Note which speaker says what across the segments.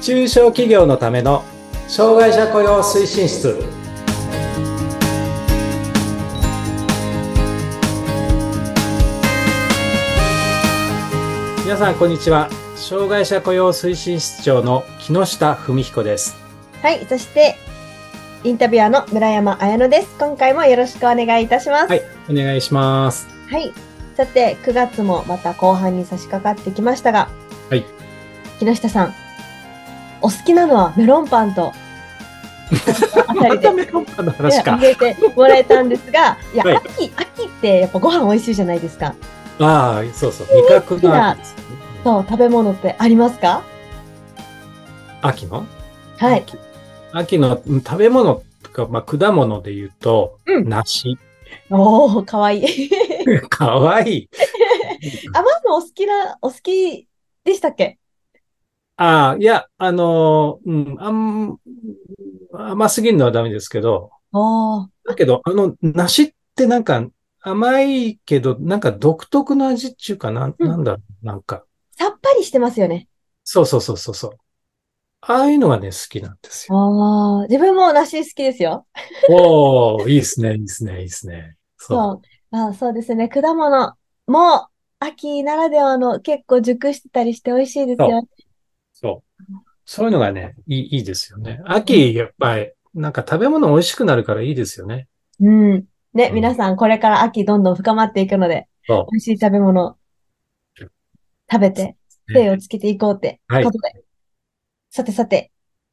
Speaker 1: 中小企業のための障害者雇用推進室皆さんこんにちは障害者雇用推進室長の木下文彦です
Speaker 2: はい、そして、インタビュアーの村山彩乃です。今回もよろしくお願いいたします。
Speaker 1: はいお願いします
Speaker 2: はい。さて、9月もまた後半に差し掛かってきましたが、
Speaker 1: はい。
Speaker 2: 木下さん、お好きなのはメロンパ ンと、あた
Speaker 1: ま
Speaker 2: り
Speaker 1: た
Speaker 2: で。
Speaker 1: メロンパンの話か
Speaker 2: 入れてもらえたんですが、いや、
Speaker 1: はい
Speaker 2: 秋、秋ってやっぱご飯美味しいじゃないですか。
Speaker 1: ああそうそう味覚が秋ですよね
Speaker 2: そう、食べ物ってありますか
Speaker 1: 秋の
Speaker 2: はい。
Speaker 1: 秋秋のうん食べ物とか、まあ、果物で言うと、
Speaker 2: うん
Speaker 1: 梨
Speaker 2: おお、かわいい。
Speaker 1: かわいい
Speaker 2: 甘いのお好きな、お好きでしたっけ
Speaker 1: ああ、いや、あのー、うん、あん、甘すぎるのはダメですけど、
Speaker 2: おー
Speaker 1: だけど、あの、梨ってなんか甘いけど、なんか独特の味っていうかなん、
Speaker 2: うん
Speaker 1: なんだろう、なんか、
Speaker 2: さっぱりしてますよね。
Speaker 1: そうそうそうそうそう。ああいうのがね、好きなんですよ。
Speaker 2: ああ、自分も梨好きですよ。
Speaker 1: おー、いいですね、いいですね、いいですね。そう。
Speaker 2: そう。あ、そうですね。果物も秋ならではの結構熟してたりして美味しいですよ。
Speaker 1: そう。そういうのがね、いい、いいですよね。秋、やっぱり、なんか食べ物美味しくなるからいいですよね。
Speaker 2: うん。ね、
Speaker 1: うん
Speaker 2: 皆さんこれから秋どんどん深まっていくので、
Speaker 1: そ
Speaker 2: 美味しい食べ物食べて、
Speaker 1: う。
Speaker 2: 精をつけていこうって
Speaker 1: はい
Speaker 2: ことで。さてさて、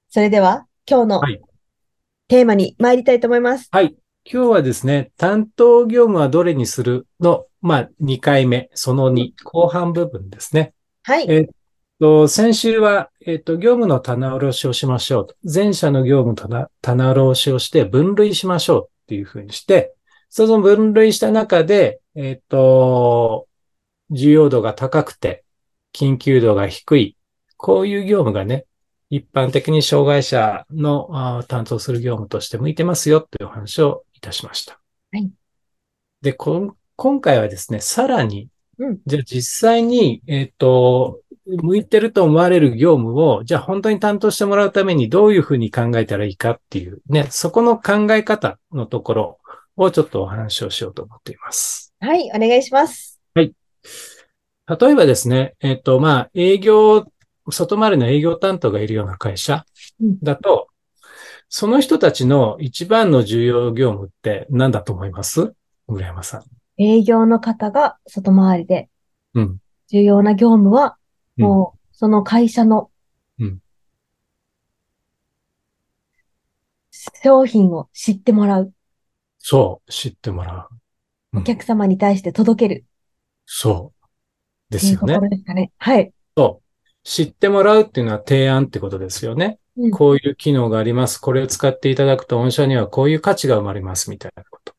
Speaker 2: それでは今日の
Speaker 1: はい
Speaker 2: テーマに参りたいと思います。
Speaker 1: 今日はですね、担当業務はどれにするの、まあ、2回目、その2、後半部分ですね。
Speaker 2: はい。
Speaker 1: えっと、先週は、えっと、業務の棚卸しをしましょうと。全社の業務の棚棚卸しをして分類しましょうっていうふうにして、その分類した中で、えっと、需要度が高くて、緊急度が低い、こういう業務がね、一般的に障害者のあー担当する業務として向いてますよというお話をいたしました。
Speaker 2: はい。
Speaker 1: で、こん今回はですね、さらに
Speaker 2: うん、
Speaker 1: じゃあ実際に、えっと、向いてると思われる業務を、じゃあ本当に担当してもらうためにどういうふうに考えたらいいかっていうね、そこの考え方のところをちょっとお話をしようと思っています。
Speaker 2: はい、お願いします。
Speaker 1: 例えばですね、えっ、と、まあ、営業、外回りの営業担当がいるような会社
Speaker 2: うん
Speaker 1: だと、その人たちの一番の重要業務って何だと思います村山さん。
Speaker 2: 営業の方が外回りで
Speaker 1: うん。
Speaker 2: 重要な業務は、もう、その会社の
Speaker 1: うん、
Speaker 2: 商品を知ってもらう。
Speaker 1: そう、知ってもらう。
Speaker 2: お客様に対して届ける。
Speaker 1: そう。で
Speaker 2: ってい
Speaker 1: す
Speaker 2: う
Speaker 1: よ
Speaker 2: とこ
Speaker 1: ね。
Speaker 2: ろですかね。はい。
Speaker 1: 知ってもらうっていうのは提案ってことですよね。
Speaker 2: うん
Speaker 1: こういう機能があります。これを使っていただくと、御社にはこういう価値が生まれます、みたいなこと。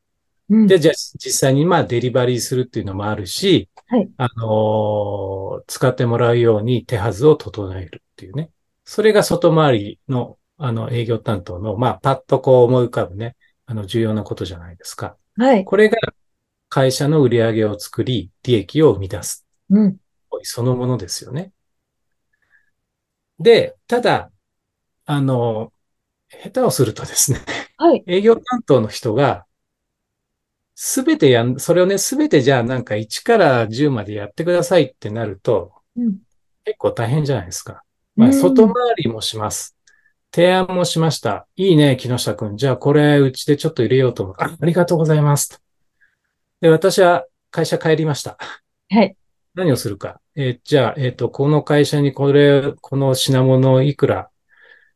Speaker 2: うん
Speaker 1: で、じゃあ、実際にまあ、デリバリーするっていうのもあるし、
Speaker 2: はい
Speaker 1: あのー使ってもらうように手はずを整えるっていうね。それが外回りの、あの、営業担当の、まあ、パッとこう思い浮かぶね、あの、重要なことじゃないですか。
Speaker 2: はい。
Speaker 1: これが会社の売り上げを作り、利益を生み出す。
Speaker 2: うん。
Speaker 1: そのものですよね。で、ただ、あの、下手をするとですね、
Speaker 2: はい。
Speaker 1: 営業担当の人が、すべてやん、それをね、すべてじゃあなんか1から10までやってくださいってなると、
Speaker 2: うん。
Speaker 1: 結構大変じゃないですか。まあ、
Speaker 2: うん
Speaker 1: 外回りもします。提案もしました。いいね、木下くん。じゃあこれ、うちでちょっと入れようと思う。あありがとうございます。とで、私は会社帰りました。
Speaker 2: はい。
Speaker 1: 何をするか。えーじゃあ、えっ、と、この会社にこれ、この品物をいくら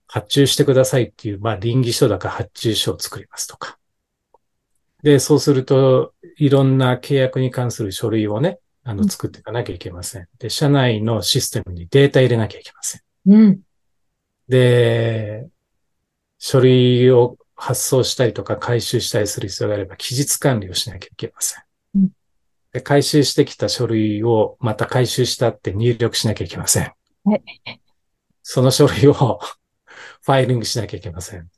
Speaker 1: 発注してくださいっていう、まあ、臨義書だか発注書を作りますとか。で、そうすると、いろんな契約に関する書類をね、あ
Speaker 2: う
Speaker 1: の、
Speaker 2: ん
Speaker 1: 作っていかなきゃいけません。で、社内のシステムにデータ入れなきゃいけません。
Speaker 2: うん。
Speaker 1: で、書類を発送したりとか回収したりする必要があれば、期日管理をしなきゃいけません
Speaker 2: うん。
Speaker 1: で回収してきた書類をまた回収したって入力しなきゃいけません
Speaker 2: はい。
Speaker 1: その書類を ファイリングしなきゃいけません。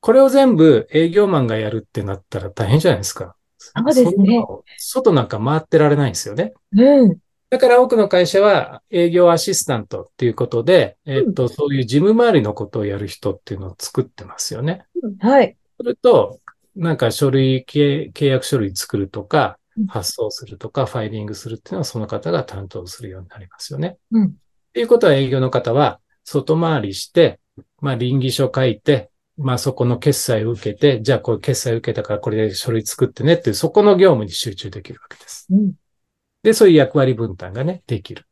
Speaker 1: これを全部営業マンがやるってなったら大変じゃないですか。
Speaker 2: そうですね
Speaker 1: そんなの外なんか回ってられないんですよね。
Speaker 2: うん。
Speaker 1: だから多くの会社は営業アシスタントっていうことで、えっと、そういう事務周りのことをやる人っていうのを作ってますよね。
Speaker 2: はい。
Speaker 1: それと、なんか書類、契契約書類作るとか
Speaker 2: うん、
Speaker 1: 発送するとか、ファイリングするっていうのはその方が担当するようになりますよね。
Speaker 2: うん。
Speaker 1: っていうことは営業の方は、外回りして、まあ、臨議書書いて、まあ、そこの決済を受けて、じゃあ、これ決済受けたからこれで書類作ってねっていう、そこの業務に集中できるわけです。
Speaker 2: うん。
Speaker 1: で、そういう役割分担がね、できる。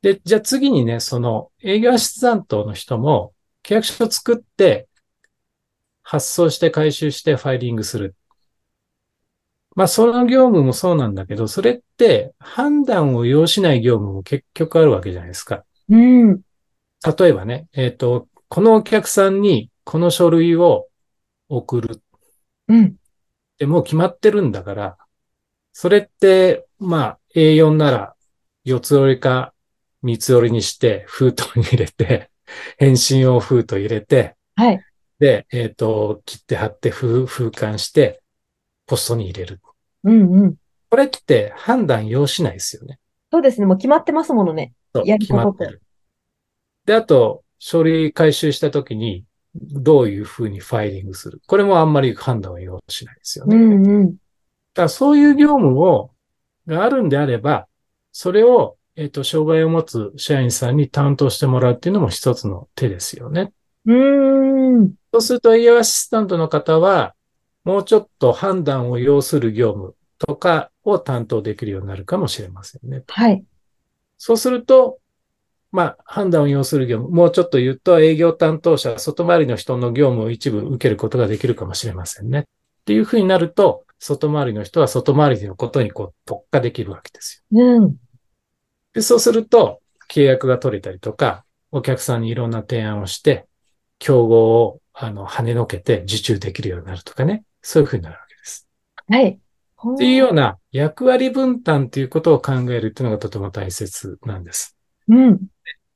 Speaker 1: で、じゃあ次にね、その営業アシスタントの人も、契約書を作って、発送して回収してファイリングする。まあ、その業務もそうなんだけど、それって判断を要しない業務も結局あるわけじゃないですか。
Speaker 2: うん。
Speaker 1: 例えばね、えっ、と、このお客さんにこの書類を送る
Speaker 2: うん。
Speaker 1: でもう決まってるんだから、それって、まあ、A4 なら、四つ折りか三つ折りにして、封筒に入れて、返信用封筒入れて、
Speaker 2: はい。
Speaker 1: で、えっ、と、切って貼って封、封管して、ポストに入れる。
Speaker 2: うんうん。
Speaker 1: これって判断要しないですよね。
Speaker 2: そうですね。もう決まってますものね。
Speaker 1: そう
Speaker 2: やる
Speaker 1: 決ま
Speaker 2: こ
Speaker 1: って
Speaker 2: とって
Speaker 1: る。で、あと、書類回収したときに、どういうふうにファイリングする。これもあんまり判断は要しないですよね。
Speaker 2: んうん。
Speaker 1: だからそういう業務を、があるんであれば、それを、えっと、障害を持つ社員さんに担当してもらうっていうのも一つの手ですよね。
Speaker 2: うーん。
Speaker 1: そうすると、営業アシスタントの方は、もうちょっと判断を要する業務とかを担当できるようになるかもしれませんね。
Speaker 2: はい。
Speaker 1: そうすると、まあ、判断を要する業務、もうちょっと言うと、営業担当者、外回りの人の業務を一部受けることができるかもしれませんね。っていうふうになると、外回りの人は外回りのことにこう特化できるわけですよ。
Speaker 2: うん。
Speaker 1: で、そうすると、契約が取れたりとか、お客さんにいろんな提案をして、競合を、あの、跳ねのけて受注できるようになるとかね。そういうふうになるわけです。
Speaker 2: はい。
Speaker 1: っていうような役割分担っていうことを考えるっていうのがとても大切なんです。
Speaker 2: うん。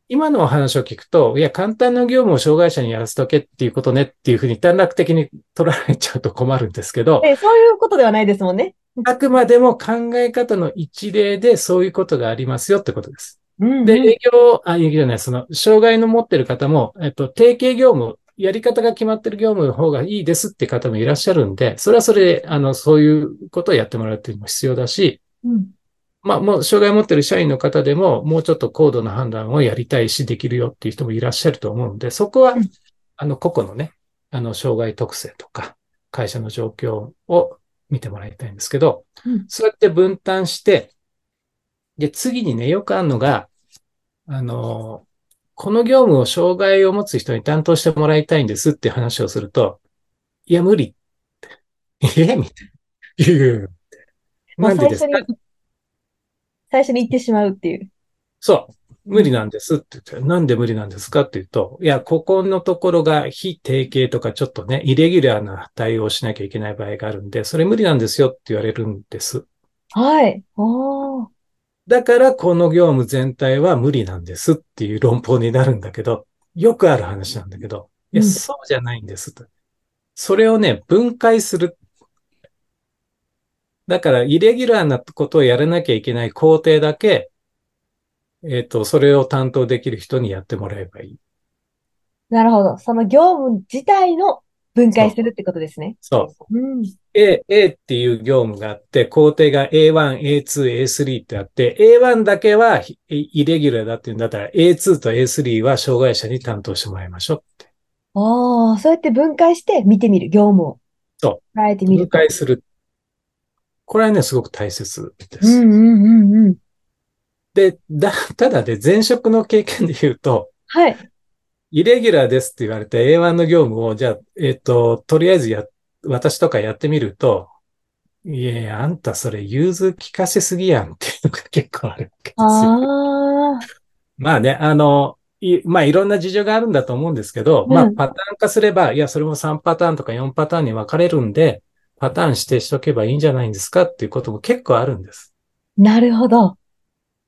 Speaker 1: 今のお話を聞くと、いや、簡単な業務を障害者にやらせとけっていうことねっていうふうに短絡的に取られちゃうと困るんですけど、
Speaker 2: え、そういうことではないですもんね。
Speaker 1: あくまでも考え方の一例でそういうことがありますよってことです。
Speaker 2: うん
Speaker 1: で、営業、あ、営業じゃない、その、障害の持ってる方も、えっと、提携業務、やり方が決まってる業務の方がいいですって方もいらっしゃるんで、それはそれで、あの、そういうことをやってもらうっていうのも必要だし、
Speaker 2: うん。
Speaker 1: まあ、もう、障害を持ってる社員の方でも、もうちょっと高度な判断をやりたいし、できるよっていう人もいらっしゃると思うんで、そこは
Speaker 2: うん、
Speaker 1: あの、個々のね、あの、障害特性とか、会社の状況を見てもらいたいんですけど
Speaker 2: うん、
Speaker 1: そうやって分担して、で、次にね、よくあるのが、あの、この業務を障害を持つ人に担当してもらいたいんですっていう話をすると、いや、無理。 えみたいな。いやいやいや
Speaker 2: ま
Speaker 1: な
Speaker 2: あ
Speaker 1: んでです
Speaker 2: 最
Speaker 1: か
Speaker 2: 初に、最初に言ってしまうっていう。
Speaker 1: そう。無理なんですって言って、なんで無理なんですかって言うと、いや、ここのところが非定型とかちょっとね、イレギュラーな対応をしなきゃいけない場合があるんで、それ無理なんですよって言われるんです。
Speaker 2: はい。おー。
Speaker 1: だから、この業務全体は無理なんですっていう論法になるんだけど、よくある話なんだけど、いや、
Speaker 2: うん
Speaker 1: そうじゃないんですと。それをね、分解する。だから、イレギュラーなことをやらなきゃいけない工程だけ、えっ、と、それを担当できる人にやってもらえばいい。
Speaker 2: なるほど。その業務自体の分解するってことですね。
Speaker 1: そう。
Speaker 2: うん。
Speaker 1: A、A っていう業務があって、工程が A1、A2、A3 ってあって、A1 だけはひイレギュラーだっていうんだったら、A2 と A3 は障害者に担当してもらいましょうって。
Speaker 2: おー、そうやって分解して見てみる。業務を。
Speaker 1: そ
Speaker 2: 捉えてみ
Speaker 1: 分
Speaker 2: る。
Speaker 1: 解する。これはね、すごく大切です。
Speaker 2: うんうんうんうん。
Speaker 1: で、だ、ただで、前職の経験で言うと、
Speaker 2: はい。
Speaker 1: イレギュラーですって言われて A1 の業務を、じゃあ、えっ、と、とりあえずや、私とかやってみると、いやいや、あんたそれ融通聞かせすぎやんっていうのが結構あるわけですよ。
Speaker 2: あー。
Speaker 1: まあね、あの、いまあいろんな事情があるんだと思うんですけど、ま
Speaker 2: う
Speaker 1: あ
Speaker 2: ん
Speaker 1: パターン化すれば、いや、それも3パターンとか4パターンに分かれるんで、パターン指定しとけばいいんじゃないんですかっていうことも結構あるんです。
Speaker 2: なるほど。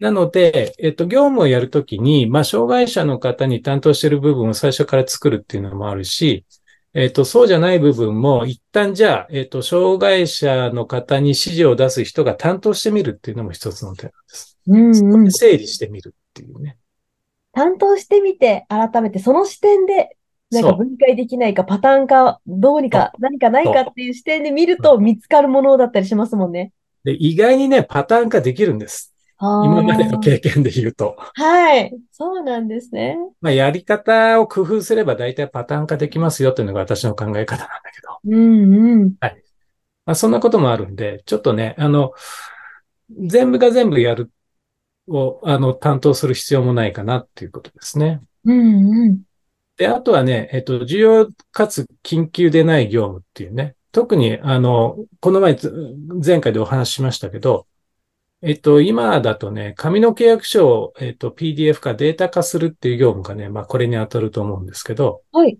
Speaker 1: なので、えっと、業務をやるときに、まあ、障害者の方に担当している部分を最初から作るっていうのもあるし、えっ、と、そうじゃない部分も、一旦じゃあ、えっ、と、障害者の方に指示を出す人が担当してみるっていうのも一つの手なんです。
Speaker 2: うんうん。
Speaker 1: 整理してみるっていうね。
Speaker 2: 担当してみて、改めてその視点で、なんか
Speaker 1: そう
Speaker 2: 分解できないか、パターンか、どうにか、何かないかっていう視点で見ると見つかるものだったりしますもんね。
Speaker 1: で。意外にね、パターン化できるんです。今
Speaker 2: 今
Speaker 1: までの経験で言うと。
Speaker 2: はい。そうなんですね。
Speaker 1: まあ、やり方を工夫すれば大体パターン化できますよっていうのが私の考え方なんだけど。
Speaker 2: うんうん。
Speaker 1: まあ、そんなこともあるんで、ちょっとね、あの、全部が全部やるを、あの、担当する必要もないかなっていうことですね。
Speaker 2: うんうん。
Speaker 1: で、あとはね、えっと、重要かつ緊急でない業務っていうね。特に、あの、この前つ、前回でお話ししましたけど、えっと、今だとね、紙の契約書を、えっと、PDF 化、データ化するっていう業務がね、まあ、これに当たると思うんですけど、
Speaker 2: はい。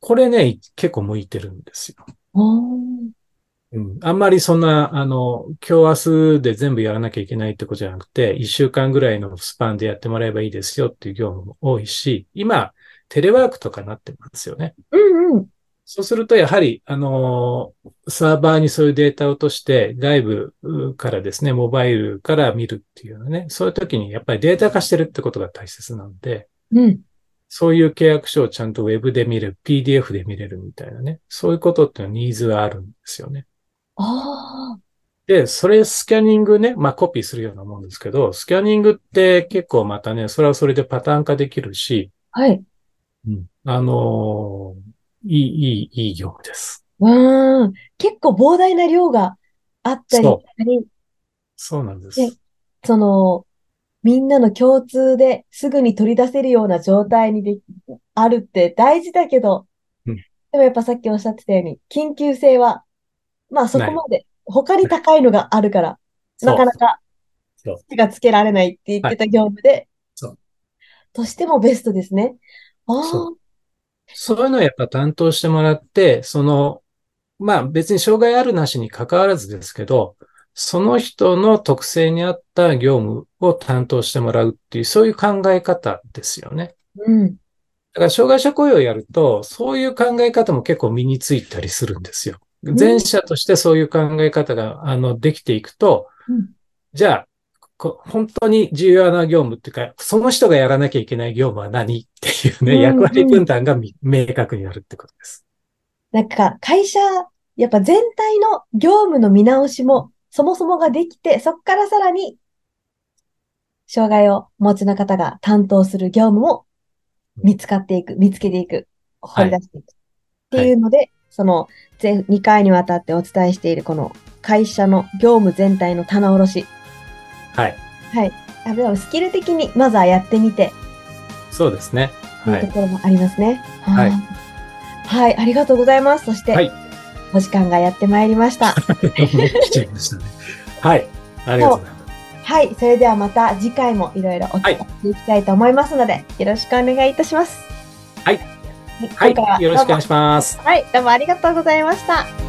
Speaker 1: これね、結構向いてるんですよ。
Speaker 2: お
Speaker 1: うん、あんまりそんな、あの、今日明日で全部やらなきゃいけないってことじゃなくて、一週間ぐらいのスパンでやってもらえばいいですよっていう業務も多いし、今、テレワークとかなってますよね。
Speaker 2: うんうん。
Speaker 1: そうすると、やはり、あのーサーバーにそういうデータを落として、外部うからですね、モバイルから見るっていうようなね、そういう時にやっぱりデータ化してるってことが大切なんで、
Speaker 2: うん。
Speaker 1: そういう契約書をちゃんとウェブで見れる、PDF で見れるみたいなね、そういうことっていうのはニーズがあるんですよね。
Speaker 2: ああ。
Speaker 1: で、それスキャニングね、まあコピーするようなもんですけど、スキャニングって結構またね、それはそれでパターン化できるし、
Speaker 2: はい。
Speaker 1: あのーいい、いい、いい業務です。
Speaker 2: うーん。結構膨大な量があったり
Speaker 1: そ
Speaker 2: したり、
Speaker 1: そうなんです。
Speaker 2: ねその、みんなの共通ですぐに取り出せるような状態にできあるって大事だけど、
Speaker 1: うん
Speaker 2: でもやっぱさっきおっしゃってたように、緊急性は、まあそこまで、他に高いのがあるから、
Speaker 1: そう
Speaker 2: なかなか
Speaker 1: そう
Speaker 2: 手がつけられないって言ってた業務で
Speaker 1: そう、
Speaker 2: としてもベストですね。あ
Speaker 1: そ
Speaker 2: あ、
Speaker 1: そういうのをやっぱ担当してもらって、その、まあ別に障害あるなしに関わらずですけど、その人の特性に合った業務を担当してもらうっていう、そういう考え方ですよね。
Speaker 2: うん。
Speaker 1: だから障害者雇用をやると、そういう考え方も結構身についたりするんですよ。前者としてそういう考え方が、あの、できていくと、
Speaker 2: うん
Speaker 1: じゃあ、こ本当に重要な業務っていうか、その人がやらなきゃいけない業務は何っていうね、
Speaker 2: うん
Speaker 1: 役割分担がみ明確になるってことです。
Speaker 2: なんか会社、やっぱ全体の業務の見直しもそもそもができて、そこからさらに障害をお持ちの方が担当する業務も見つかっていく、見つけていく、掘り出していく。っていうので、その前2回にわたってお伝えしているこの会社の業務全体の棚卸し。
Speaker 1: はい。
Speaker 2: はい。あでもスキル的にまずはやってみて、
Speaker 1: そうですね。
Speaker 2: とい
Speaker 1: は
Speaker 2: うと
Speaker 1: い。
Speaker 2: ころもありますね。
Speaker 1: はい
Speaker 2: あーはい、ありがとうございます。そして、
Speaker 1: はい
Speaker 2: お時間がやってまいりました。
Speaker 1: もう 来ちゃいましたね。はい。ありがとうございます。
Speaker 2: はい、それではまた次回もいろいろお伝えしていきたいと思いますので、よろしくお願いいたします。
Speaker 1: はい
Speaker 2: はい、
Speaker 1: は
Speaker 2: 今回
Speaker 1: い。よろしくお願いします。
Speaker 2: どうもはい、どうもありがとうございました。